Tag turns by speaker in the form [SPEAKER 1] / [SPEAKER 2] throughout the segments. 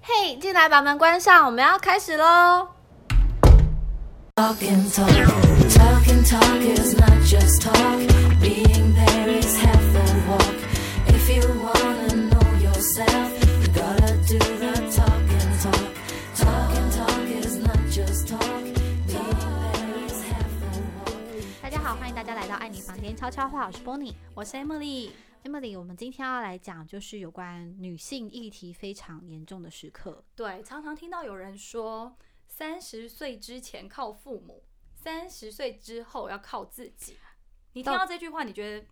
[SPEAKER 1] 哎进来，把门关上，我们要开始喽。
[SPEAKER 2] Talking, talk, talking, talk is not just talk. Being there is half the walk. If you wanna know yourself, you gotta do the talking, talk. Talking, talk is not just talk. Being there is half the walk.
[SPEAKER 1] 大家好，欢迎大家来到爱你房间悄悄话，我是 Bonnie。
[SPEAKER 3] 我是 Emily。
[SPEAKER 1] Emily，我们今天要来讲就是有关女性议题非常严重的时刻。
[SPEAKER 3] 对，常常听到有人说，三十岁之前靠父母，三十岁之后要靠自己。你听
[SPEAKER 1] 到
[SPEAKER 3] 到这句话，你觉得嘖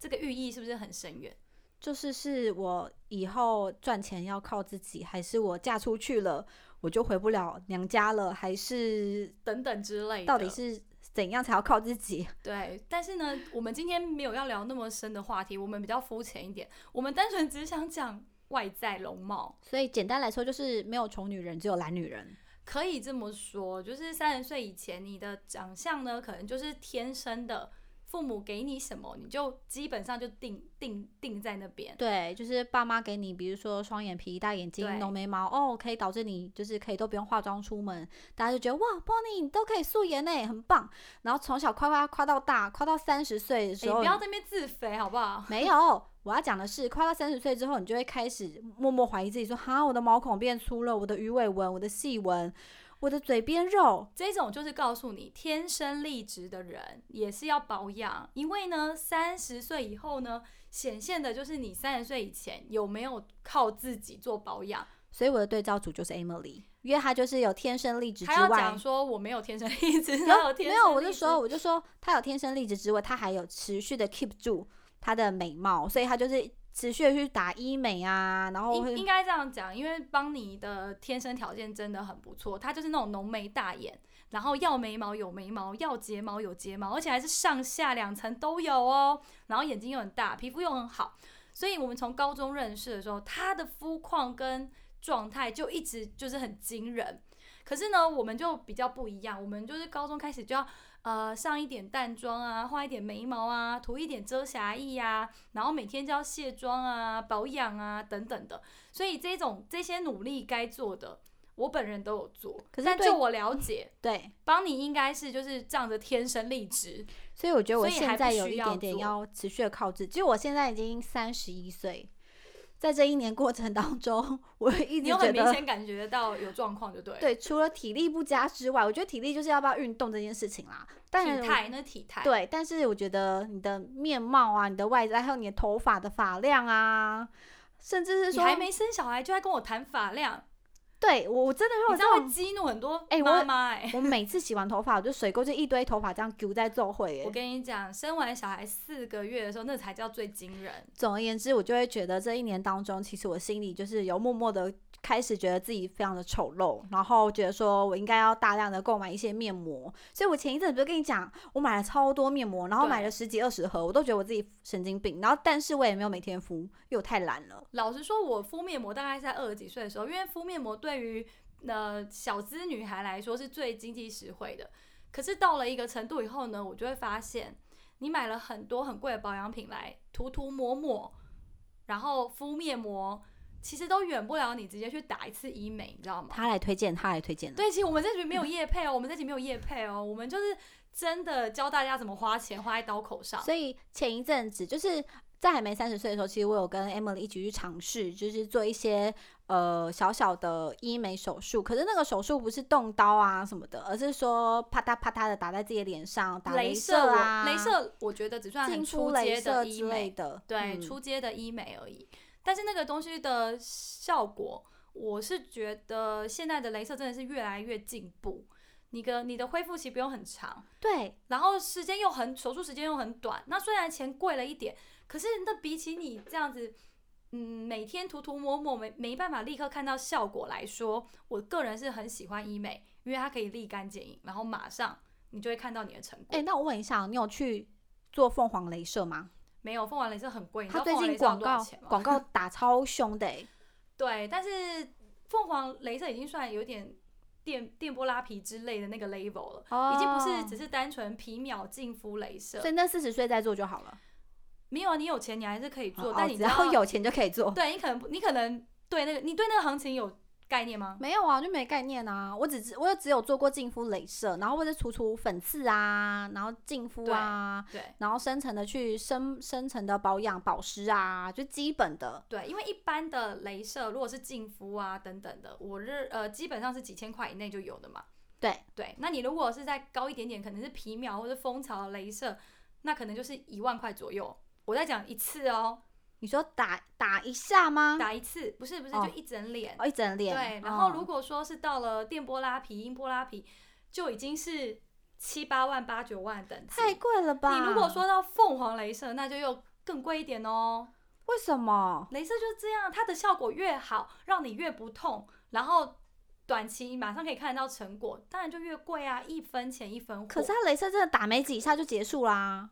[SPEAKER 3] 这个寓意是不是很深远？
[SPEAKER 1] 就是是我以后赚钱要靠自己，还是我嫁出去了我就回不了娘家了，还是
[SPEAKER 3] 等等之类的。
[SPEAKER 1] 到底是怎样才要靠自己？
[SPEAKER 3] 对，但是呢，我们今天没有要聊那么深的话题，我们比较肤浅一点，我们单纯只想讲外在容貌。
[SPEAKER 1] 所以简单来说，就是没有丑女人，只有懒女人。
[SPEAKER 3] 可以这么说，就是三十岁以前，你的长相呢，可能就是天生的，父母给你什么，你就基本上就定定定在那边。
[SPEAKER 1] 对，就是爸妈给你，比如说双眼皮、大眼睛、
[SPEAKER 3] 对
[SPEAKER 1] 浓眉毛，哦，可以导致你就是可以都不用化妆出门，大家就觉得哇，Bonnie 你都可以素颜呢，很棒。然后从小夸夸夸到大，夸到三十岁的
[SPEAKER 3] 你
[SPEAKER 1] 时候，
[SPEAKER 3] 不要这边自肥好不好？
[SPEAKER 1] 没有，我要讲的是，快到三十岁之后，你就会开始默默怀疑自己说哈，我的毛孔变粗了，我的鱼尾纹，我的细纹，我的嘴边肉。
[SPEAKER 3] 这种就是告诉你，天生丽质的人也是要保养，因为呢，三十岁以后呢，显现的就是你三十岁以前有没有靠自己做保养。
[SPEAKER 1] 所以我的对照组就是 Emily，因为她就是有天生丽质之
[SPEAKER 3] 他要
[SPEAKER 1] 外
[SPEAKER 3] 讲，说我没有天生丽 质，
[SPEAKER 1] 有
[SPEAKER 3] 他有天
[SPEAKER 1] 没
[SPEAKER 3] 生
[SPEAKER 1] 有？我
[SPEAKER 3] 丽
[SPEAKER 1] 就
[SPEAKER 3] 质
[SPEAKER 1] 说，我就说她有天生丽质之外，她还有持续的 keep 住她的美貌，所以她就是持续的去打医美啊，然后
[SPEAKER 3] 应应
[SPEAKER 1] 会
[SPEAKER 3] 该这样讲，因为邦尼的天生条件真的很不错，他就是那种浓眉大眼，然后要眉毛有眉毛，要睫毛有睫毛，而且还是上下两层都有哦，然后眼睛又很大，皮肤又很好，所以我们从高中认识的时候，他的肤况跟状态就一直就是很惊人。可是呢，我们就比较不一样，我们就是高中开始就要呃上一点淡妆啊，画一点眉毛啊，涂一点遮瑕液啊，然后每天就要卸妆啊、保养啊等等的，所以这种这些努力该做的，我本人都有做。
[SPEAKER 1] 可是
[SPEAKER 3] 但
[SPEAKER 1] 对
[SPEAKER 3] 就我了解，
[SPEAKER 1] 对。
[SPEAKER 3] 邦尼应该是就是仗着天生丽质，
[SPEAKER 1] 所以我觉得我
[SPEAKER 3] 所以
[SPEAKER 1] 现
[SPEAKER 3] 还不
[SPEAKER 1] 在有
[SPEAKER 3] 需
[SPEAKER 1] 一
[SPEAKER 3] 要
[SPEAKER 1] 点点
[SPEAKER 3] 做
[SPEAKER 1] 要持续的靠自己。就我现在已经三十一岁，在这一年过程当中， 我一直
[SPEAKER 3] 你有
[SPEAKER 1] 觉
[SPEAKER 3] 很明
[SPEAKER 1] 得
[SPEAKER 3] 显感觉到有状况，就对了。
[SPEAKER 1] 对，除了体力不佳之外，我觉得体力就是要不要运动这件事情啦。但是
[SPEAKER 3] 体
[SPEAKER 1] 我
[SPEAKER 3] 态那体态，
[SPEAKER 1] 对，但是我觉得你的面貌啊，你的外在，还有你的头发的发量啊，甚至是
[SPEAKER 3] 你
[SPEAKER 1] 说
[SPEAKER 3] 还没生小孩就在跟我谈发量，
[SPEAKER 1] 对我我真的会有
[SPEAKER 3] 你这
[SPEAKER 1] 这
[SPEAKER 3] 样会
[SPEAKER 1] 种。
[SPEAKER 3] 激怒很多
[SPEAKER 1] 哎我
[SPEAKER 3] 妈妈哎。
[SPEAKER 1] 我每次洗完头发，我就水沟就一堆头发这样揪在皱会、欸。
[SPEAKER 3] 我跟你讲，生完小孩四个月的时候，那才叫最惊人。
[SPEAKER 1] 总而言之，我就会觉得这一年当中，其实我心里就是有默默的开始觉得自己非常的丑陋，然后觉得说我应该要大量的购买一些面膜。所以我前一阵子不是跟你讲，我买了超多面膜，然后
[SPEAKER 3] 对
[SPEAKER 1] 买了十几二十盒，我都觉得我自己神经病。然后但是我也没有每天敷，因为我太懒了。
[SPEAKER 3] 老实说，我敷面膜大概是在二十几岁的时候，因为敷面膜对于呃小资女孩来说是最经济实惠的。可是到了一个程度以后呢，我就会发现，你买了很多很贵的保养品来涂涂抹抹，然后敷面膜，其实都远不了你直接去打一次医美，你知道吗？
[SPEAKER 1] 他来推荐，他来推荐。
[SPEAKER 3] 对，其实我们这局没有业配哦，我们这集没有业配哦，我们就是真的教大家怎么花钱花在刀口上。
[SPEAKER 1] 所以前一阵子就是在还没三十岁的时候，其实我有跟 Emily 一起去尝试，就是做一些呃小小的医美手术。可是那个手术不是动刀啊什么的，而是说啪嗒啪嗒的打在自己的脸上，打
[SPEAKER 3] 镭
[SPEAKER 1] 射
[SPEAKER 3] 我
[SPEAKER 1] 啊，
[SPEAKER 3] 镭射我觉得只算很
[SPEAKER 1] 进出
[SPEAKER 3] 初
[SPEAKER 1] 镭
[SPEAKER 3] 阶
[SPEAKER 1] 射
[SPEAKER 3] 的医
[SPEAKER 1] 之类
[SPEAKER 3] 美，
[SPEAKER 1] 的。
[SPEAKER 3] 对，
[SPEAKER 1] 嗯
[SPEAKER 3] 初阶的医美而已。但是那个东西的效果，我是觉得现在的镭射真的是越来越进步，你的你的恢复期不用很长，
[SPEAKER 1] 对
[SPEAKER 3] 然后时间又很手术时间又很短，那虽然钱贵了一点，可是那比起你这样子，嗯，每天涂涂抹抹没没办法立刻看到效果来说，我个人是很喜欢医美，因为它可以立竿见影，然后马上你就会看到你的成果。
[SPEAKER 1] 哎、那我问一下，你有去做凤凰镭射吗？
[SPEAKER 3] 没有，凤凰镭射很贵，你知
[SPEAKER 1] 他
[SPEAKER 3] 道
[SPEAKER 1] 最
[SPEAKER 3] 凤凰
[SPEAKER 1] 近
[SPEAKER 3] 镭射要
[SPEAKER 1] 广
[SPEAKER 3] 多少
[SPEAKER 1] 告
[SPEAKER 3] 钱吗？
[SPEAKER 1] 广告打超凶的、欸，
[SPEAKER 3] 对，但是凤凰镭射已经算有点电电波拉皮之类的那个 level 了。 已经不是只
[SPEAKER 1] 是，
[SPEAKER 3] 是单纯皮秒净肤镭射
[SPEAKER 1] 哦所，以那四十岁再做就好了。
[SPEAKER 3] 没有啊，你有钱你还是可以做，
[SPEAKER 1] 哦
[SPEAKER 3] 但你
[SPEAKER 1] 只
[SPEAKER 3] 知道
[SPEAKER 1] 要有钱就可以做。
[SPEAKER 3] 对你可能不你可能对那个你对那个行情有概念吗？
[SPEAKER 1] 没有啊，就没概念啊。我只知我只有做过净肤镭射，然后或者除除粉刺啊，然后净肤啊，
[SPEAKER 3] 对
[SPEAKER 1] 然后深层的去深深层的保养保湿啊，就基本的。
[SPEAKER 3] 对，因为一般的镭射如果是净肤啊等等的，我日呃基本上是几千块以内就有的嘛。
[SPEAKER 1] 对
[SPEAKER 3] 对，那你如果是再高一点点，可能是皮秒或者蜂巢镭射，那可能就是一万块左右。我在讲一次哦，
[SPEAKER 1] 你说打打一下吗？
[SPEAKER 3] 打一次，不是不是，
[SPEAKER 1] 哦
[SPEAKER 3] 就一整脸。
[SPEAKER 1] 哦，一整脸。
[SPEAKER 3] 对，然后
[SPEAKER 1] 嗯
[SPEAKER 3] 如果说是到了电波拉皮、音波拉皮，就已经是七八万、八九万等级。
[SPEAKER 1] 太贵了吧？
[SPEAKER 3] 你如果说到凤凰镭射，那就又更贵一点哦。
[SPEAKER 1] 为什么？
[SPEAKER 3] 镭射就是这样，它的效果越好，让你越不痛，然后短期马上可以看得到成果，当然就越贵啊，一分钱一分货。
[SPEAKER 1] 可是它镭射真的打没几下就结束啦。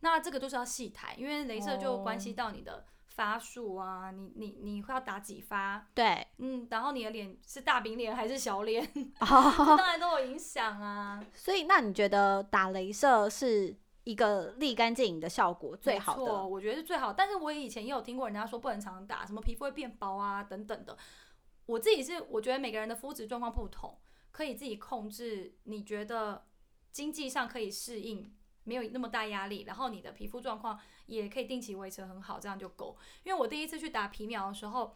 [SPEAKER 3] 那这个就是要细谈，因为镭射就
[SPEAKER 1] 哦
[SPEAKER 3] 关系到你的发数啊，你你你会要打几发，
[SPEAKER 1] 对，
[SPEAKER 3] 嗯，然后你的脸是大饼脸还是小脸，
[SPEAKER 1] 哦，
[SPEAKER 3] 当然都有影响啊。
[SPEAKER 1] 所以那你觉得打镭射是一个立竿见影的效果，最好
[SPEAKER 3] 没错
[SPEAKER 1] 的？
[SPEAKER 3] 我觉得是最好。但是我以前也有听过人家说不能常打，什么皮肤会变薄啊等等的。我自己是我觉得每个人的肤质状况不同，可以自己控制。你觉得经济上可以适应，没有那么大压力，然后你的皮肤状况也可以定期维持很好，这样就够。因为我第一次去打皮秒的时候，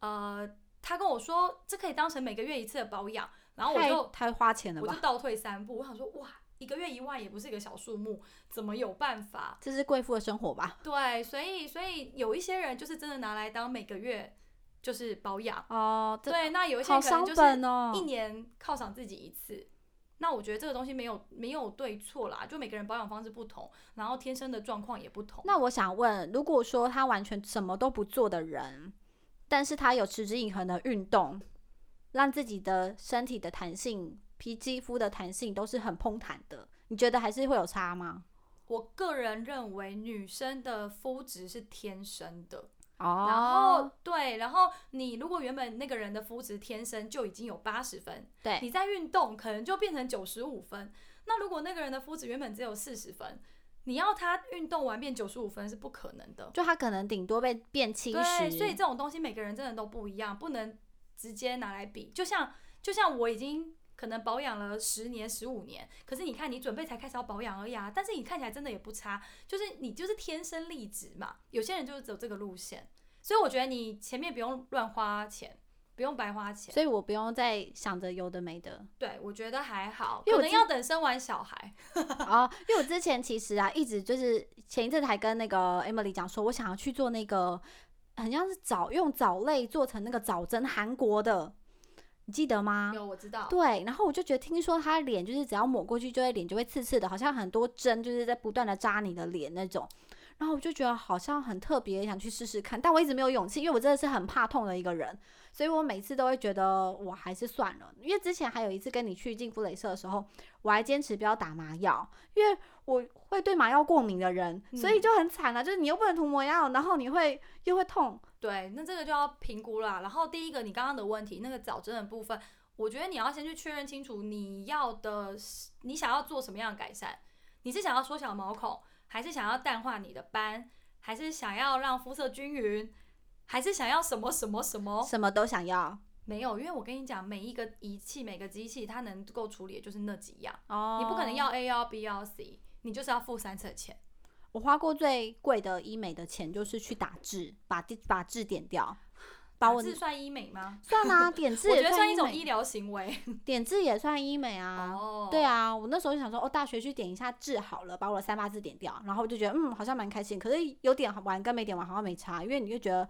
[SPEAKER 3] 呃，他跟我说这可以当成每个月一次的保养，然后我
[SPEAKER 1] 太
[SPEAKER 3] 就
[SPEAKER 1] 太花钱了
[SPEAKER 3] 我
[SPEAKER 1] 吧
[SPEAKER 3] 就？倒退三步，我想说哇，一个月一万也不是一个小数目，怎么有办法？
[SPEAKER 1] 这是贵妇的生活吧？
[SPEAKER 3] 对，所以所以有一些人就是真的拿来当每个月就是保养，
[SPEAKER 1] 哦，这
[SPEAKER 3] 对，那有一些
[SPEAKER 1] 好
[SPEAKER 3] 人可
[SPEAKER 1] 伤
[SPEAKER 3] 能就是
[SPEAKER 1] 本哦
[SPEAKER 3] 一。年犒赏自己一次。那我觉得这个东西没有没有对错啦，就每个人保养方式不同，然后天生的状况也不同。
[SPEAKER 1] 那我想问，如果说他完全什么都不做的人，但是他有持之以恒的运动，让自己的身体的弹性、皮肌肤的弹性都是很蓬弹的，你觉得还是会有差吗？
[SPEAKER 3] 我个人认为女生的肤质是天生的，
[SPEAKER 1] 哦
[SPEAKER 3] 然后对，然后你如果原本那个人的肤质天生就已经有八十分，
[SPEAKER 1] 对
[SPEAKER 3] 你在运动可能就变成九十五分。那如果那个人的肤质原本只有四十分，你要他运动完变九十五分是不可能的。
[SPEAKER 1] 就他可能顶多被变七
[SPEAKER 3] 对，
[SPEAKER 1] 十，
[SPEAKER 3] 所以这种东西每个人真的都不一样，不能直接拿来比。就像就像我已经可能保养了十年、十五年，可是你看你准备才开始要保养而已啊，但是你看起来真的也不差，就是你就是天生丽质嘛。有些人就是走这个路线，所以我觉得你前面不用乱花钱，不用白花钱。
[SPEAKER 1] 所以我不用再想着有的没的
[SPEAKER 3] 对我觉得还好，
[SPEAKER 1] 因为
[SPEAKER 3] 可
[SPEAKER 1] 我
[SPEAKER 3] 能
[SPEAKER 1] 之
[SPEAKER 3] 要等生完小孩。
[SPEAKER 1] 哦，因为我之前其实啊，一直就是前一阵还跟那个 Emily 讲说，我想要去做那个很像是藻用藻类做成那个藻针，韩国的，你记得吗？
[SPEAKER 3] 有我知道，
[SPEAKER 1] 对，然后我就觉得听说他脸就是只要抹过去就会脸就会刺刺的，好像很多针就是在不断的扎你的脸那种。然后我就觉得好像很特别，想去试试看，但我一直没有勇气，因为我真的是很怕痛的一个人，所以我每次都会觉得我还是算了。因为之前还有一次跟你去净肤镭射的时候，我还坚持不要打麻药，因为我会对麻药过敏的人，所以
[SPEAKER 3] 嗯
[SPEAKER 1] 就很惨了、就是你又不能涂抹药，然后你会又会痛，
[SPEAKER 3] 对，那这个就要评估啦。然后第一个，你刚刚的问题，那个早针的部分，我觉得你要先去确认清楚你要的是，你想要做什么样的改善？你是想要缩小毛孔，还是想要淡化你的斑，还是想要让肤色均匀，还是想要什么什么什么？
[SPEAKER 1] 什么都想要
[SPEAKER 3] 没有，因为我跟你讲，每一个仪器、每个机器，它能够处理的就是那几样，
[SPEAKER 1] 哦
[SPEAKER 3] 你不可能要 A 要 B 要 C，你就是要付三次的钱。
[SPEAKER 1] 我花过最贵的医美的钱就是去打痣，把痣把痣点掉，把我
[SPEAKER 3] 自算医美吗？
[SPEAKER 1] 算 啊，点痣
[SPEAKER 3] 我觉
[SPEAKER 1] 也
[SPEAKER 3] 得算一种
[SPEAKER 1] 医
[SPEAKER 3] 医
[SPEAKER 1] 美，
[SPEAKER 3] 疗行为。
[SPEAKER 1] 点痣也算医美啊。
[SPEAKER 3] 哦
[SPEAKER 1] 对啊，我那时候就想说，哦，大学去点一下痣好了，把我的三八痣点掉，然后我就觉得，嗯，好像蛮开心。可是有点完跟没点完好像没差，因为你就觉得，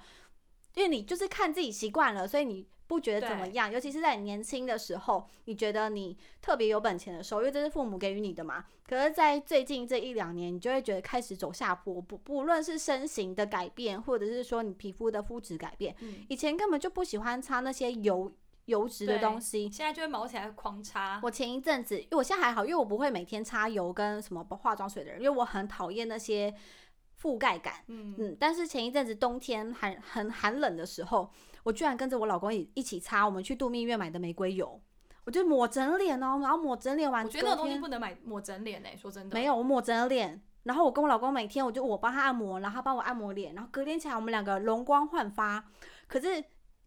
[SPEAKER 1] 因为你就是看自己习惯了，所以你不觉得怎么
[SPEAKER 3] 对
[SPEAKER 1] 样。尤其是在你年轻的时候，你觉得你特别有本钱的时候，因为这是父母给予你的嘛。可是，在最近这一两年，你就会觉得开始走下坡，不不论是身形的改变，或者是说你皮肤的肤质改变，
[SPEAKER 3] 嗯
[SPEAKER 1] 以前根本就不喜欢擦那些油油脂的
[SPEAKER 3] 对
[SPEAKER 1] 东西。
[SPEAKER 3] 现在就会毛起来狂擦。
[SPEAKER 1] 我前一阵子，因为我现在还好，因为我不会每天擦油跟什么化妆水的人，因为我很讨厌那些覆盖感。
[SPEAKER 3] 嗯，
[SPEAKER 1] 嗯，但是前一阵子冬天寒很寒冷的时候，我居然跟着我老公一一起擦我们去度蜜月买的玫瑰油，我就抹整脸哦，然后抹整脸完，
[SPEAKER 3] 我觉得那个东西不能买抹整脸诶、说真的，
[SPEAKER 1] 没有，我抹整了脸。然后我跟我老公每天，我就我帮他按摩，然后他帮我按摩脸，然后隔天起来我们两个容光焕发。可是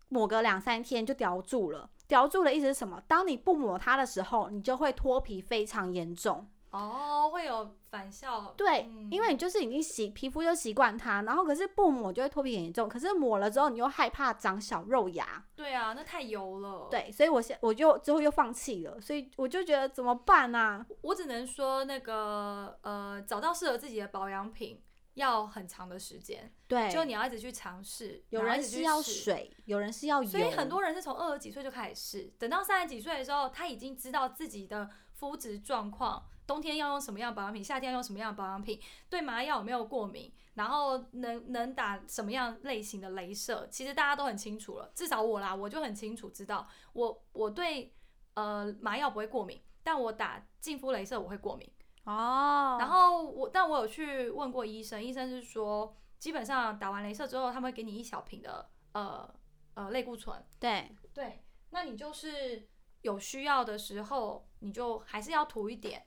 [SPEAKER 1] 抹个两三天就叼住了。叼住的意思是什么？当你不抹它的时候，你就会脱皮非常严重。
[SPEAKER 3] 哦，会有反效，
[SPEAKER 1] 对，
[SPEAKER 3] 嗯
[SPEAKER 1] 因为你就是已经习皮肤就习惯它，然后可是不抹就会脱皮很严重，可是抹了之后你又害怕长小肉芽，
[SPEAKER 3] 对啊，那太油了。，
[SPEAKER 1] 对，所以我现我就之后又放弃了，所以我就觉得怎么办啊？
[SPEAKER 3] 我只能说那个呃，找到适合自己的保养品要很长的时间，
[SPEAKER 1] 对，
[SPEAKER 3] 就你要一直去尝试，
[SPEAKER 1] 有
[SPEAKER 3] 然后
[SPEAKER 1] 人
[SPEAKER 3] 一直
[SPEAKER 1] 是
[SPEAKER 3] 去
[SPEAKER 1] 要
[SPEAKER 3] 试。
[SPEAKER 1] 水，有人是要油，
[SPEAKER 3] 所以很多人是从二十几岁就开始试，等到三十几岁的时候，他已经知道自己的肤质状况，冬天要用什么样的保养品，夏天要用什么样的保养品，对麻药有没有过敏，然后能能打什么样类型的镭射，其实大家都很清楚了，至少我啦，我就很清楚知道，我我对呃麻药不会过敏，但我打净肤镭射我会过敏。
[SPEAKER 1] 哦，
[SPEAKER 3] 然后我，但我有去问过医生，医生是说，基本上打完镭射之后，他们会给你一小瓶的呃呃类固醇，
[SPEAKER 1] 对
[SPEAKER 3] 对，那你就是有需要的时候，你就还是要涂一点，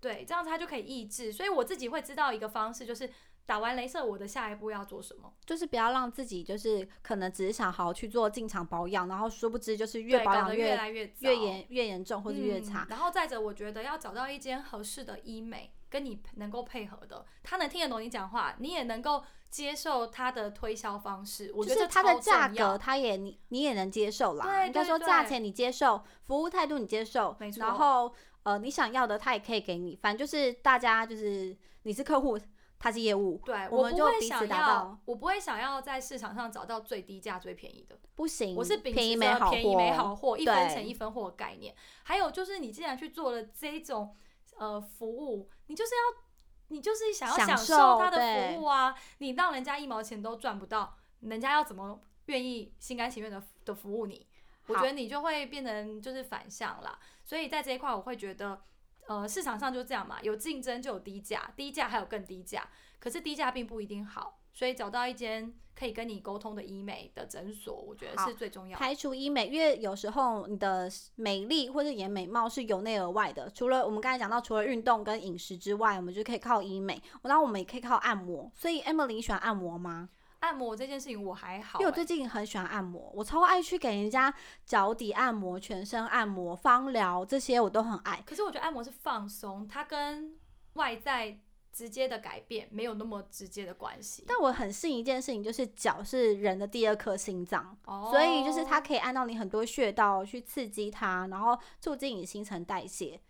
[SPEAKER 3] 对，这样子它就可以抑制。所以我自己会知道一个方式，就是打完镭射，我的下一步要做什么。
[SPEAKER 1] 就是不要让自己就是可能只是想好好去做进场保养，然后殊不知就是
[SPEAKER 3] 对
[SPEAKER 1] 越保
[SPEAKER 3] 搞
[SPEAKER 1] 养
[SPEAKER 3] 得
[SPEAKER 1] 越
[SPEAKER 3] 来越糟
[SPEAKER 1] 越严越严重或是越
[SPEAKER 3] 嗯
[SPEAKER 1] 差。
[SPEAKER 3] 然后再者，我觉得要找到一间合适的医美，跟你能够配合的，他能听得懂你讲话，你也能够接受他的推销方式。我觉
[SPEAKER 1] 就
[SPEAKER 3] 得
[SPEAKER 1] 是
[SPEAKER 3] 这
[SPEAKER 1] 它的
[SPEAKER 3] 超
[SPEAKER 1] 价
[SPEAKER 3] 重要
[SPEAKER 1] 格，它也你你也能接受啦。
[SPEAKER 3] 对
[SPEAKER 1] 应该
[SPEAKER 3] 对
[SPEAKER 1] 说价
[SPEAKER 3] 对
[SPEAKER 1] 钱你接受，服务态度你接受
[SPEAKER 3] 没，错
[SPEAKER 1] 然后呃你想要的他也可以给你，反正就是大家就是你是客户，他是业务，
[SPEAKER 3] 对
[SPEAKER 1] 我们
[SPEAKER 3] 不
[SPEAKER 1] 就
[SPEAKER 3] 会
[SPEAKER 1] 彼此
[SPEAKER 3] 想
[SPEAKER 1] 达
[SPEAKER 3] 要
[SPEAKER 1] 到，
[SPEAKER 3] 我不会想要在市场上找到最低价、最便宜的。
[SPEAKER 1] 不行，
[SPEAKER 3] 我是秉
[SPEAKER 1] 便宜
[SPEAKER 3] 持
[SPEAKER 1] 没
[SPEAKER 3] 着
[SPEAKER 1] 好
[SPEAKER 3] 便宜没好
[SPEAKER 1] 货，
[SPEAKER 3] 货，一分
[SPEAKER 1] 对
[SPEAKER 3] 钱一分货的概念。还有就是，你既然去做了这种呃服务，你就是要你就是想要
[SPEAKER 1] 享
[SPEAKER 3] 享
[SPEAKER 1] 受
[SPEAKER 3] 受它的
[SPEAKER 1] 对
[SPEAKER 3] 服务啊，你让人家一毛钱都赚不到，人家要怎么愿意心甘情愿的的服务你？我觉
[SPEAKER 1] 好
[SPEAKER 3] 得你就会变成就是反向啦。所以在这一块，我会觉得。呃，市场上就这样嘛，有竞争就有低价，低价还有更低价。可是低价并不一定好，所以找到一间可以跟你沟通的医美的诊所，我觉得
[SPEAKER 1] 好
[SPEAKER 3] 是最重要的。
[SPEAKER 1] 排除医美，因为有时候你的美丽或者眼美貌是由内而外的，除了我们刚才讲到，除了运动跟饮食之外，我们就可以靠医美，然后我们也可以靠按摩。所以 Emily 你喜欢按摩吗？
[SPEAKER 3] 按摩这件事情我还好、
[SPEAKER 1] 因为我
[SPEAKER 3] 欸
[SPEAKER 1] 最近很喜欢按摩，我超爱去给人家脚底按摩、全身按摩、芳疗这些，我都很爱。
[SPEAKER 3] 可是我觉得按摩是放松，它跟外在直接的改变没有那么直接的关系。
[SPEAKER 1] 但我很信一件事情，就是脚是人的第二颗心脏，
[SPEAKER 3] 哦
[SPEAKER 1] 所以就是它可以按到你很多穴道去刺激它，然后促进你新陈代谢。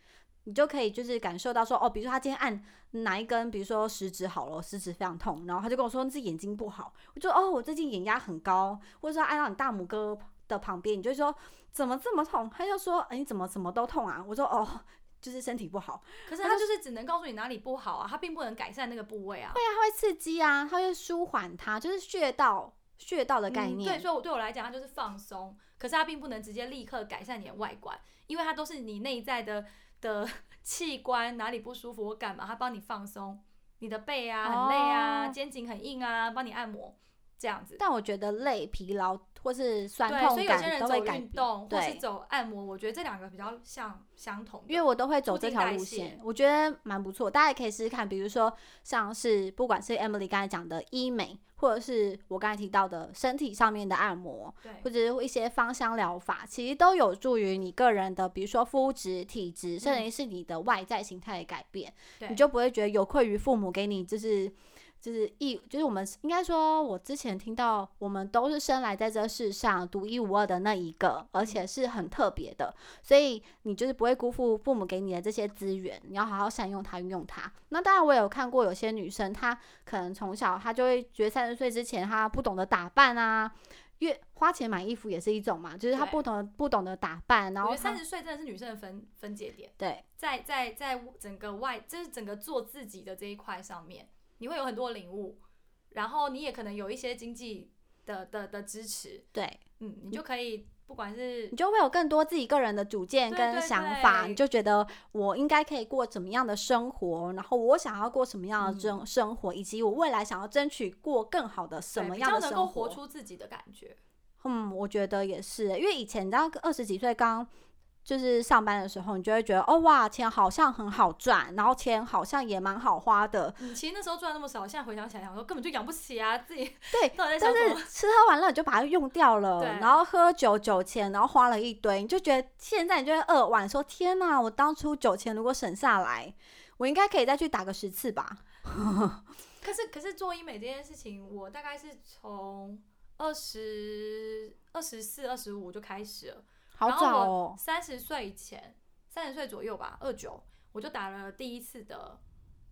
[SPEAKER 1] 你就可以就是感受到说哦，比如说他今天按哪一根，比如说食指好了，食指非常痛，然后他就跟我说自己眼睛不好，我就哦我最近眼压很高，或者说按到你大拇哥的旁边，你就会说怎么这么痛，他就说哎、你怎么怎么都痛啊，我说哦就是身体不好，
[SPEAKER 3] 可是它就是只能告诉你哪里不好啊，它并不能改善那个部位啊。
[SPEAKER 1] 对啊，它会刺激啊，它会舒缓它，就是穴道穴道的概
[SPEAKER 3] 嗯
[SPEAKER 1] 念。
[SPEAKER 3] 对，所以我对我来讲，它就是放松，可是它并不能直接立刻改善你的外观，因为它都是你内在的的器官哪里不舒服或干嘛，它帮你放松你的背啊，很累啊，
[SPEAKER 1] 哦
[SPEAKER 3] 肩颈很硬啊，帮你按摩这样子。
[SPEAKER 1] 但我觉得累、疲劳或是酸
[SPEAKER 3] 对，所
[SPEAKER 1] 痛
[SPEAKER 3] 以有些
[SPEAKER 1] 感
[SPEAKER 3] 人
[SPEAKER 1] 都
[SPEAKER 3] 走
[SPEAKER 1] 会改
[SPEAKER 3] 运
[SPEAKER 1] 变，
[SPEAKER 3] 动或是
[SPEAKER 1] 对
[SPEAKER 3] 走按摩，我觉得这两个比较像相同的。
[SPEAKER 1] 因为我都会走
[SPEAKER 3] 促
[SPEAKER 1] 这
[SPEAKER 3] 进
[SPEAKER 1] 条
[SPEAKER 3] 代
[SPEAKER 1] 路
[SPEAKER 3] 谢
[SPEAKER 1] 线，我觉得蛮不错，大家也可以试试看。比如说像是不管是 Emily 刚才讲的医美，或者是我刚才提到的身体上面的按摩，
[SPEAKER 3] 对
[SPEAKER 1] 或者是一些芳香疗法，其实都有助于你个人的，比如说肤质、体质，甚至是你的外在形态的改变。
[SPEAKER 3] 嗯对，
[SPEAKER 1] 你就不会觉得有愧于父母给你就是就是一就是我们应该说，我之前听到我们都是生来在这世上独一无二的那一个，
[SPEAKER 3] 嗯
[SPEAKER 1] 而且是很特别的，所以你就是不会辜负父母给你的这些资源，你要好好善用它，运用它。那当然，我有看过有些女生，她可能从小她就会觉得三十岁之前她不懂得打扮啊。越花钱买衣服也是一种嘛，就是她
[SPEAKER 3] 对
[SPEAKER 1] 不懂得不懂得打扮，然
[SPEAKER 3] 我
[SPEAKER 1] 后
[SPEAKER 3] 觉得三
[SPEAKER 1] 她
[SPEAKER 3] 十岁真的是女生的分分界点，
[SPEAKER 1] 对
[SPEAKER 3] 在在在整个外，就是整个做自己的这一块上面，你会有很多领悟，然后你也可能有一些经济的的的支持，
[SPEAKER 1] 对，
[SPEAKER 3] 嗯，你就可以不管是
[SPEAKER 1] 你就会有更多自己个人的主见
[SPEAKER 3] 对
[SPEAKER 1] 跟
[SPEAKER 3] 对
[SPEAKER 1] 想法，
[SPEAKER 3] 对
[SPEAKER 1] 你就觉得我应该可以过怎么样的生活，然后我想要过什么样
[SPEAKER 3] 嗯
[SPEAKER 1] 的生生活，以及我未来想要争取过更好的什
[SPEAKER 3] 对
[SPEAKER 1] 么
[SPEAKER 3] 比
[SPEAKER 1] 样
[SPEAKER 3] 较
[SPEAKER 1] 的
[SPEAKER 3] 能
[SPEAKER 1] 生
[SPEAKER 3] 够
[SPEAKER 1] 活。
[SPEAKER 3] 活出自己的感觉，
[SPEAKER 1] 欸嗯，我觉得也是，因为以前你知道二十几岁刚就是上班的时候，你就会觉得哦哇，钱好像很好赚，然后钱好像也蛮好花的。
[SPEAKER 3] 嗯其实那时候赚那么少，现在回想起来，想说根本就养不起啊，自己
[SPEAKER 1] 对
[SPEAKER 3] 到底在
[SPEAKER 1] 但
[SPEAKER 3] 想什么？
[SPEAKER 1] 是吃喝玩乐你就把它用掉了
[SPEAKER 3] 对，
[SPEAKER 1] 然后喝酒酒钱，然后花了一堆，你就觉得现在你就会扼腕说：天哪、我当初酒钱如果省下来，我应该可以再去打个十次吧。
[SPEAKER 3] 可是可是做医美这件事情，我大概是从二十二十四、二十五就开始了，
[SPEAKER 1] 好
[SPEAKER 3] 然后
[SPEAKER 1] 早
[SPEAKER 3] 我
[SPEAKER 1] 哦，
[SPEAKER 3] 三十岁以前，三十岁左右吧，二九我就打了第一次的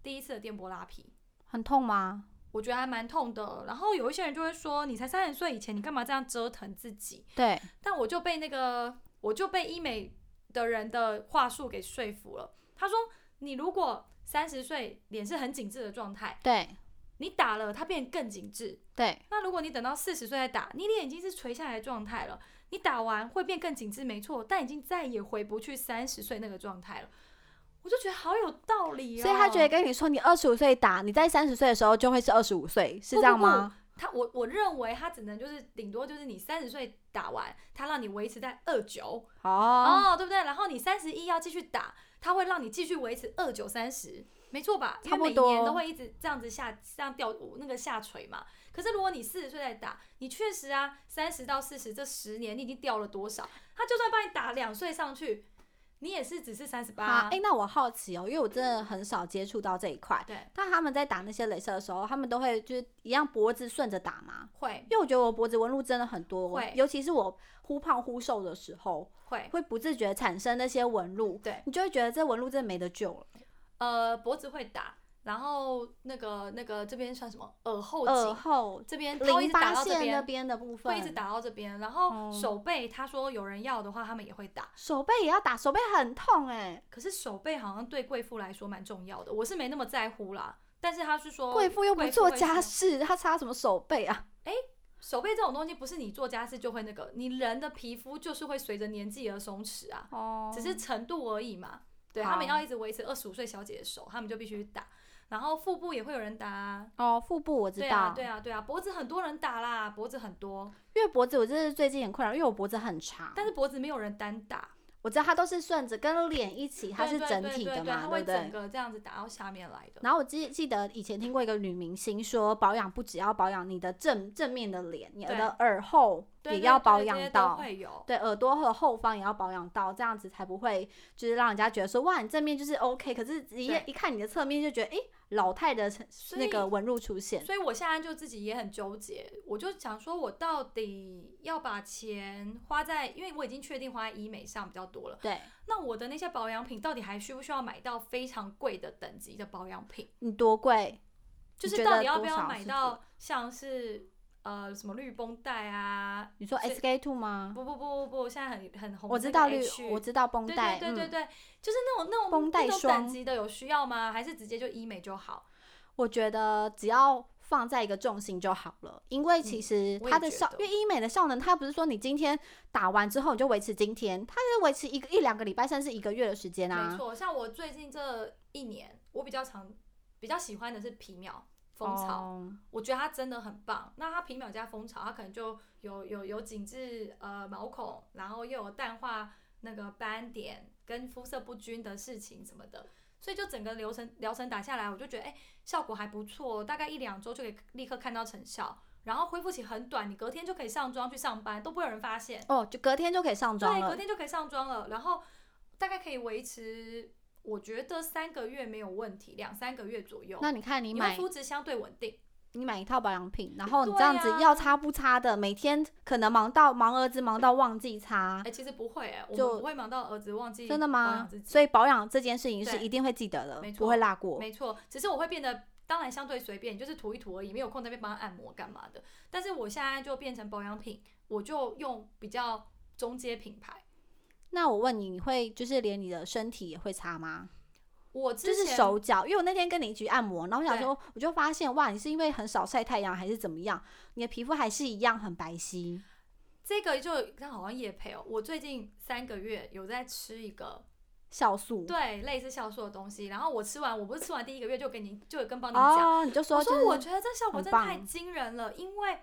[SPEAKER 3] 第一次的电波拉皮，
[SPEAKER 1] 很痛吗？
[SPEAKER 3] 我觉得还蛮痛的。然后有一些人就会说，你才三十岁以前，你干嘛这样折腾自己？
[SPEAKER 1] 对，
[SPEAKER 3] 但我就被那个我就被医美的人的话术给说服了。他说，你如果三十岁脸是很紧致的状态，
[SPEAKER 1] 对，
[SPEAKER 3] 你打了它变更紧致。
[SPEAKER 1] 对，
[SPEAKER 3] 那如果你等到四十岁再打，你脸已经是垂下来的状态了。你打完会变更紧致，没错，但已经再也回不去三十岁那个状态了。我就觉得好有道理哦。
[SPEAKER 1] 所以他觉得跟你说，你二十五岁打，你在三十岁的时候就会是二十五岁，是这样吗？
[SPEAKER 3] 他我我认为他只能就是顶多就是你三十岁打完，他让你维持在二九
[SPEAKER 1] 哦，
[SPEAKER 3] 哦，对不对？然后你三十一要继续打，他会让你继续维持二九三十，没错吧？因
[SPEAKER 1] 差
[SPEAKER 3] 为
[SPEAKER 1] 不
[SPEAKER 3] 每
[SPEAKER 1] 多
[SPEAKER 3] 年都会一直这样子下这样掉那个下垂嘛。可是如果你四十岁再打，你确实啊，三十到四十这十年你已经掉了多少？他就算帮你打两岁上去，你也是只是三十
[SPEAKER 1] 好，
[SPEAKER 3] 八
[SPEAKER 1] 哎、。那我好奇哦，因为我真的很少接触到这一块。
[SPEAKER 3] 对，
[SPEAKER 1] 但他们在打那些镭射的时候，他们都会就是一样脖子顺着打吗？
[SPEAKER 3] 会
[SPEAKER 1] 因为我觉得我脖子纹路真的很多
[SPEAKER 3] 会，
[SPEAKER 1] 尤其是我忽胖忽瘦的时候，
[SPEAKER 3] 会
[SPEAKER 1] 会不自觉产生那些纹路，
[SPEAKER 3] 对。
[SPEAKER 1] 你就会觉得这纹路真的没得救了。
[SPEAKER 3] 呃，脖子会打，然后那个那个这边算什么？耳后
[SPEAKER 1] 耳
[SPEAKER 3] 颈
[SPEAKER 1] 后
[SPEAKER 3] 这边，它会一
[SPEAKER 1] 淋
[SPEAKER 3] 直打
[SPEAKER 1] 巴
[SPEAKER 3] 到这
[SPEAKER 1] 线那
[SPEAKER 3] 边，
[SPEAKER 1] 边的部分，
[SPEAKER 3] 会一直打到这边。然后
[SPEAKER 1] 哦
[SPEAKER 3] 手背，他说有人要的话，他们也会打。
[SPEAKER 1] 手背也要打，手背很痛哎、
[SPEAKER 3] 可是手背好像对贵妇来说蛮重要的，我是没那么在乎啦。但是他是说，
[SPEAKER 1] 贵妇又不做
[SPEAKER 3] 哦会
[SPEAKER 1] 家
[SPEAKER 3] 说，
[SPEAKER 1] 事，她擦什么手背啊？
[SPEAKER 3] 手背这种东西不是你做家事就会那个，你人的皮肤就是会随着年纪而松弛啊。
[SPEAKER 1] 哦
[SPEAKER 3] 只是程度而已嘛。对他们
[SPEAKER 1] 好
[SPEAKER 3] 要一直维持二十五岁小姐的手，他们就必须打。然后腹部也会有人打啊，
[SPEAKER 1] 哦，腹部我知
[SPEAKER 3] 对
[SPEAKER 1] 道，
[SPEAKER 3] 啊，对啊，对啊，脖子很多人打啦，脖子很多，
[SPEAKER 1] 因为脖子我真的是最近很困扰，因为我脖子很长，
[SPEAKER 3] 但是脖子没有人单打，
[SPEAKER 1] 我知道它都是顺着跟脸一起，它
[SPEAKER 3] 对
[SPEAKER 1] 是
[SPEAKER 3] 对
[SPEAKER 1] 整
[SPEAKER 3] 对
[SPEAKER 1] 体
[SPEAKER 3] 对
[SPEAKER 1] 的
[SPEAKER 3] 对
[SPEAKER 1] 嘛，
[SPEAKER 3] 它
[SPEAKER 1] 对
[SPEAKER 3] 会
[SPEAKER 1] 不
[SPEAKER 3] 整
[SPEAKER 1] 对？
[SPEAKER 3] 个这样子打到下面来的。
[SPEAKER 1] 然后我记记得以前听过一个女明星说，保养不只要保养你的正正面的脸，你
[SPEAKER 3] 对
[SPEAKER 1] 的耳后
[SPEAKER 3] 对
[SPEAKER 1] 也
[SPEAKER 3] 对
[SPEAKER 1] 要
[SPEAKER 3] 对
[SPEAKER 1] 保
[SPEAKER 3] 这些
[SPEAKER 1] 养
[SPEAKER 3] 都
[SPEAKER 1] 到，
[SPEAKER 3] 会有。
[SPEAKER 1] 对耳朵和后方也要保养到，这样子才不会就是让人家觉得说哇你正面就是 OK，可是一
[SPEAKER 3] 对
[SPEAKER 1] 一看你的侧面就觉得诶老态的
[SPEAKER 3] 所
[SPEAKER 1] 那
[SPEAKER 3] 以
[SPEAKER 1] 个纹路出现，
[SPEAKER 3] 所以我现在就自己也很纠结，我就想说，我到底要把钱花在，因为我已经确定花在医美上比较多了，
[SPEAKER 1] 对
[SPEAKER 3] 那我的那些保养品到底还需不需要买到非常贵的等级的保养品？
[SPEAKER 1] 你多贵？
[SPEAKER 3] 就
[SPEAKER 1] 你
[SPEAKER 3] 是
[SPEAKER 1] 觉
[SPEAKER 3] 到
[SPEAKER 1] 得
[SPEAKER 3] 底要
[SPEAKER 1] 多
[SPEAKER 3] 不要
[SPEAKER 1] 少
[SPEAKER 3] 买
[SPEAKER 1] 是多
[SPEAKER 3] 到像是呃什么绿绷带啊？
[SPEAKER 1] 你说
[SPEAKER 3] 所以
[SPEAKER 1] SK two 吗？
[SPEAKER 3] 不不不不不，现在很很红
[SPEAKER 1] 我
[SPEAKER 3] 的那个 H，
[SPEAKER 1] 知道绿，我知道绷
[SPEAKER 3] 对
[SPEAKER 1] 带，
[SPEAKER 3] 对对对
[SPEAKER 1] 嗯，
[SPEAKER 3] 对，就是那种那种
[SPEAKER 1] 绷带
[SPEAKER 3] 那种
[SPEAKER 1] 霜
[SPEAKER 3] 等级的有需要吗？还是直接就医美就好？
[SPEAKER 1] 我觉得只要放在一个重心就好了，因为其
[SPEAKER 3] 嗯
[SPEAKER 1] 实
[SPEAKER 3] 我也
[SPEAKER 1] 它的
[SPEAKER 3] 觉
[SPEAKER 1] 效，
[SPEAKER 3] 得
[SPEAKER 1] 因为医美的效能，它不是说你今天打完之后你就维持今天，它是维持一个一两个礼拜，甚至一个月的时间
[SPEAKER 3] 没
[SPEAKER 1] 啊。
[SPEAKER 3] 错，像我最近这一年，我比较常比较喜欢的是皮秒蜂巢，
[SPEAKER 1] 哦
[SPEAKER 3] 我觉得它真的很棒。那它皮秒加蜂巢，它可能就有有有紧致呃毛孔，然后又有淡化那个斑点跟肤色不均的事情什么的，所以就整个流程疗程打下来，我就觉得哎、效果还不错，大概一两周就可以立刻看到成效，然后恢复期很短，你隔天就可以上妆去上班，都不会有人发现，
[SPEAKER 1] 哦，就隔天就可以上妆
[SPEAKER 3] 对，
[SPEAKER 1] 了
[SPEAKER 3] 隔。天就可以上妆了，然后大概可以维持，我觉得三个月没有问题，两三个月左右，
[SPEAKER 1] 那你看你
[SPEAKER 3] 你会
[SPEAKER 1] 买
[SPEAKER 3] 肤质相对稳定。
[SPEAKER 1] 你买一套保养品，然后你
[SPEAKER 3] 对
[SPEAKER 1] 这样子
[SPEAKER 3] 啊
[SPEAKER 1] 要擦不擦的，每天可能忙到忙儿子忙到忘记擦
[SPEAKER 3] 哎、，其实不会、哎，我
[SPEAKER 1] 就
[SPEAKER 3] 们不会忙到儿子忘记
[SPEAKER 1] 真的
[SPEAKER 3] 保
[SPEAKER 1] 吗
[SPEAKER 3] 养自？己
[SPEAKER 1] 所以保养这件事情是
[SPEAKER 3] 对
[SPEAKER 1] 一定会记得的
[SPEAKER 3] 没，
[SPEAKER 1] 不
[SPEAKER 3] 错
[SPEAKER 1] 会落过。
[SPEAKER 3] 没错，只是我会变得，当然相对随便，就是涂一涂而已，没有空在那边帮他按摩干嘛的。但是我现在就变成保养品，我就用比较中阶品牌。
[SPEAKER 1] 那我问你，你会就是连你的身体也会擦吗？
[SPEAKER 3] 我之
[SPEAKER 1] 就
[SPEAKER 3] 前
[SPEAKER 1] 是手脚，因为我那天跟你一起去按摩，然后我想
[SPEAKER 3] 对
[SPEAKER 1] 说，我就发现哇，你是因为很少晒太阳还是怎么样，你的皮肤还是一样很白皙。
[SPEAKER 3] 这个就那好像夜配哦。我最近三个月有在吃一个
[SPEAKER 1] 酵素
[SPEAKER 3] 对啊类似酵素的东西，然后我吃完，我不是吃完第一个月就给你就有跟帮你讲，
[SPEAKER 1] 哦，你就说
[SPEAKER 3] 我
[SPEAKER 1] 就
[SPEAKER 3] 说我
[SPEAKER 1] 是
[SPEAKER 3] 觉得这效果
[SPEAKER 1] 很
[SPEAKER 3] 真的太
[SPEAKER 1] 棒
[SPEAKER 3] 惊人了，因为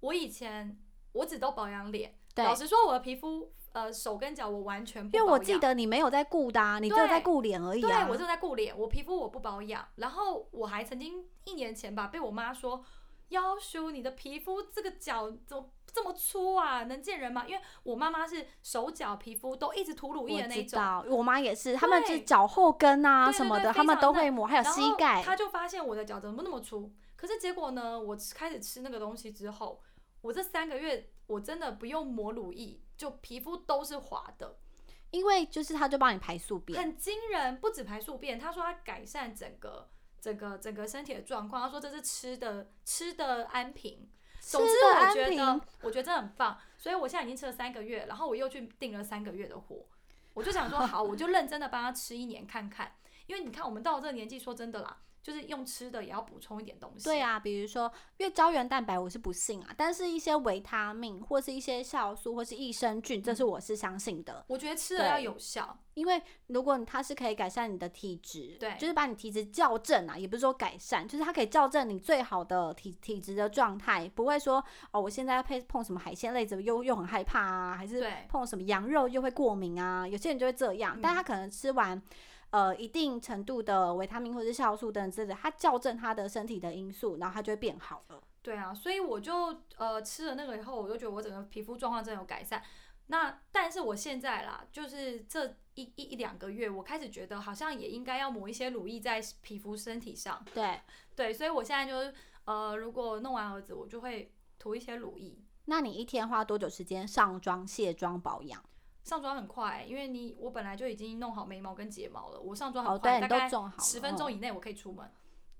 [SPEAKER 3] 我以前我只都保养脸，
[SPEAKER 1] 对
[SPEAKER 3] 老实说，我的皮肤呃手跟脚我完全不
[SPEAKER 1] 因为
[SPEAKER 3] 保
[SPEAKER 1] 我
[SPEAKER 3] 养
[SPEAKER 1] 记得你没有在顾的、啊，你只有在
[SPEAKER 3] 对
[SPEAKER 1] 顾脸而已啊。
[SPEAKER 3] 对我就在顾脸，我皮肤我不保养，然后我还曾经一年前吧，被我妈说，要叔你的皮肤这个角怎么这么粗啊，能见人吗？因为我妈妈是手脚皮肤都一直涂乳液
[SPEAKER 1] 我
[SPEAKER 3] 的那
[SPEAKER 1] 知
[SPEAKER 3] 一种。
[SPEAKER 1] 道，我妈也是，他们是
[SPEAKER 3] 对
[SPEAKER 1] 脚后跟啊
[SPEAKER 3] 对对
[SPEAKER 1] 什么
[SPEAKER 3] 对
[SPEAKER 1] 的，
[SPEAKER 3] 非
[SPEAKER 1] 他们
[SPEAKER 3] 常
[SPEAKER 1] 都
[SPEAKER 3] 嫩
[SPEAKER 1] 会抹，还有
[SPEAKER 3] 然
[SPEAKER 1] 膝
[SPEAKER 3] 后
[SPEAKER 1] 盖。
[SPEAKER 3] 她就发现我的脚怎么那么粗。可是结果呢，我吃开始吃那个东西之后，我这三个月我真的不用抹乳液，就皮肤都是滑的，
[SPEAKER 1] 因为就是他就帮你排宿便，
[SPEAKER 3] 很惊人。不止排宿便，他说他改善整个整个整个身体的状况，他说这是吃的吃的安瓶。总之，
[SPEAKER 1] 吃的
[SPEAKER 3] 我
[SPEAKER 1] 安
[SPEAKER 3] 觉
[SPEAKER 1] 瓶
[SPEAKER 3] 得我觉得这很棒，所以我现在已经吃了三个月，然后我又去订了三个月的货，我就想说好，我就认真的帮他吃一年看看，因为你看我们到了这个年纪，说真的啦，就是用吃的也要补充一点东西。
[SPEAKER 1] 对，啊，比如说，因为胶原蛋白我是不信啊，但是一些维他命或是一些酵素或是益生菌，
[SPEAKER 3] 嗯
[SPEAKER 1] 这是我是相信的。
[SPEAKER 3] 我觉得吃的要
[SPEAKER 1] 对
[SPEAKER 3] 有效，
[SPEAKER 1] 因为如果它是可以改善你的体质，
[SPEAKER 3] 对
[SPEAKER 1] 就是把你体质校正啊，也不是说改善，就是它可以校正你最好的体体质的状态，不会说哦，我现在配碰什么海鲜类，怎么又又很害怕啊，还是
[SPEAKER 3] 对
[SPEAKER 1] 碰什么羊肉又会过敏啊，有些人就会这样，但
[SPEAKER 3] 嗯
[SPEAKER 1] 他可能吃完。呃，一定程度的维他命或是酵素等等之类的，它校正他的身体的因素，然后它就会变好了。
[SPEAKER 3] 对啊，所以我就呃吃了那个以后，我就觉得我整个皮肤状况真的有改善。那但是我现在啦，就是这一一一两个月，我开始觉得好像也应该要抹一些乳液在皮肤身体上。
[SPEAKER 1] 对，
[SPEAKER 3] 对，所以我现在就是呃，如果弄完儿子，我就会涂一些乳液。
[SPEAKER 1] 那你一天花多久时间上妆、卸妆、保养？
[SPEAKER 3] 上妆很快、欸因为你我本来就已经弄好眉毛跟睫毛了，我上妆
[SPEAKER 1] 哦，
[SPEAKER 3] 很快，
[SPEAKER 1] 对，你
[SPEAKER 3] 大
[SPEAKER 1] 都
[SPEAKER 3] 概
[SPEAKER 1] 种好了，
[SPEAKER 3] 十分钟
[SPEAKER 1] 嗯
[SPEAKER 3] 以内我可以出门。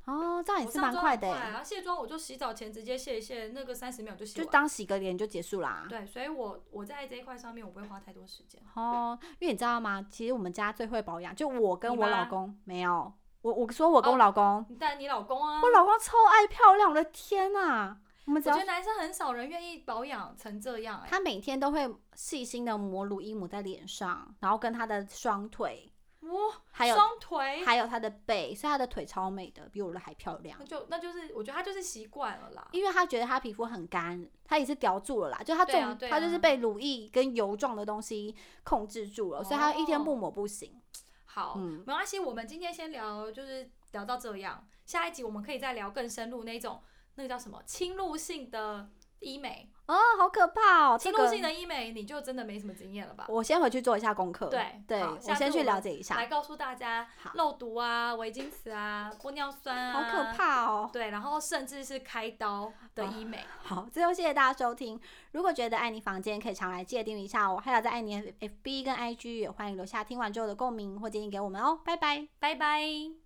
[SPEAKER 1] 哦，这样也
[SPEAKER 3] 我
[SPEAKER 1] 是
[SPEAKER 3] 上
[SPEAKER 1] 蛮
[SPEAKER 3] 妆
[SPEAKER 1] 快
[SPEAKER 3] 很啊
[SPEAKER 1] 的耶。欸
[SPEAKER 3] 然后卸妆我就洗澡前直接卸一卸，那个三十秒就洗
[SPEAKER 1] 就
[SPEAKER 3] 完。
[SPEAKER 1] 当洗个脸就结束啦。
[SPEAKER 3] 对，所以我我在这一块上面我不会花太多时间。
[SPEAKER 1] 哦，因为你知道吗？其实我们家最会保养，就我跟
[SPEAKER 3] 你
[SPEAKER 1] 我老
[SPEAKER 3] 妈
[SPEAKER 1] 公没有，我我说我跟我
[SPEAKER 3] 哦
[SPEAKER 1] 老公，
[SPEAKER 3] 但你老公啊，
[SPEAKER 1] 我老公超爱漂亮，我的天呐、我们
[SPEAKER 3] 我
[SPEAKER 1] 只
[SPEAKER 3] 觉
[SPEAKER 1] 要
[SPEAKER 3] 得男生很少人愿意保养成这样、哎，
[SPEAKER 1] 他每天都会细心的抹乳液抹在脸上，然后跟他的双腿，
[SPEAKER 3] 哇，
[SPEAKER 1] 还有
[SPEAKER 3] 双腿，
[SPEAKER 1] 还有他的背，所以他的腿超美的，比我的还漂 亮
[SPEAKER 3] 那。就那就是我觉得他就是习惯了啦。
[SPEAKER 1] 因为他觉得他皮肤很干，他也是叼住了啦，就他
[SPEAKER 3] 对
[SPEAKER 1] 重，
[SPEAKER 3] 啊对
[SPEAKER 1] 他就是
[SPEAKER 3] 啊
[SPEAKER 1] 被乳液跟油状的东西控制住了，所以他一天不
[SPEAKER 3] 哦
[SPEAKER 1] 抹不行。
[SPEAKER 3] 好，
[SPEAKER 1] 嗯
[SPEAKER 3] 没关系，我们今天先聊，就是聊到这样，下一集我们可以再聊更深入那种，那个叫什么侵入性的医美，
[SPEAKER 1] 哦，好可怕哦！这
[SPEAKER 3] 侵入
[SPEAKER 1] 个
[SPEAKER 3] 性的医美你就真的没什么经验了吧？
[SPEAKER 1] 我先回去做一下功课。
[SPEAKER 3] 对
[SPEAKER 1] 对，
[SPEAKER 3] 好
[SPEAKER 1] 我
[SPEAKER 3] 下次
[SPEAKER 1] 先去
[SPEAKER 3] 我们
[SPEAKER 1] 了解一下
[SPEAKER 3] 来。告诉大家
[SPEAKER 1] 好，
[SPEAKER 3] 肉毒啊、维金词啊、玻尿酸啊，
[SPEAKER 1] 好可。怕哦！
[SPEAKER 3] 对，然后甚至是开刀的医美，
[SPEAKER 1] 好，最后谢谢大家收听。如果觉得爱你房间可以常来借订阅一下哦，还有在爱你 FB 跟 IG 也欢迎留下听完之后的共鸣或建议给我们哦。拜拜。
[SPEAKER 3] 拜拜。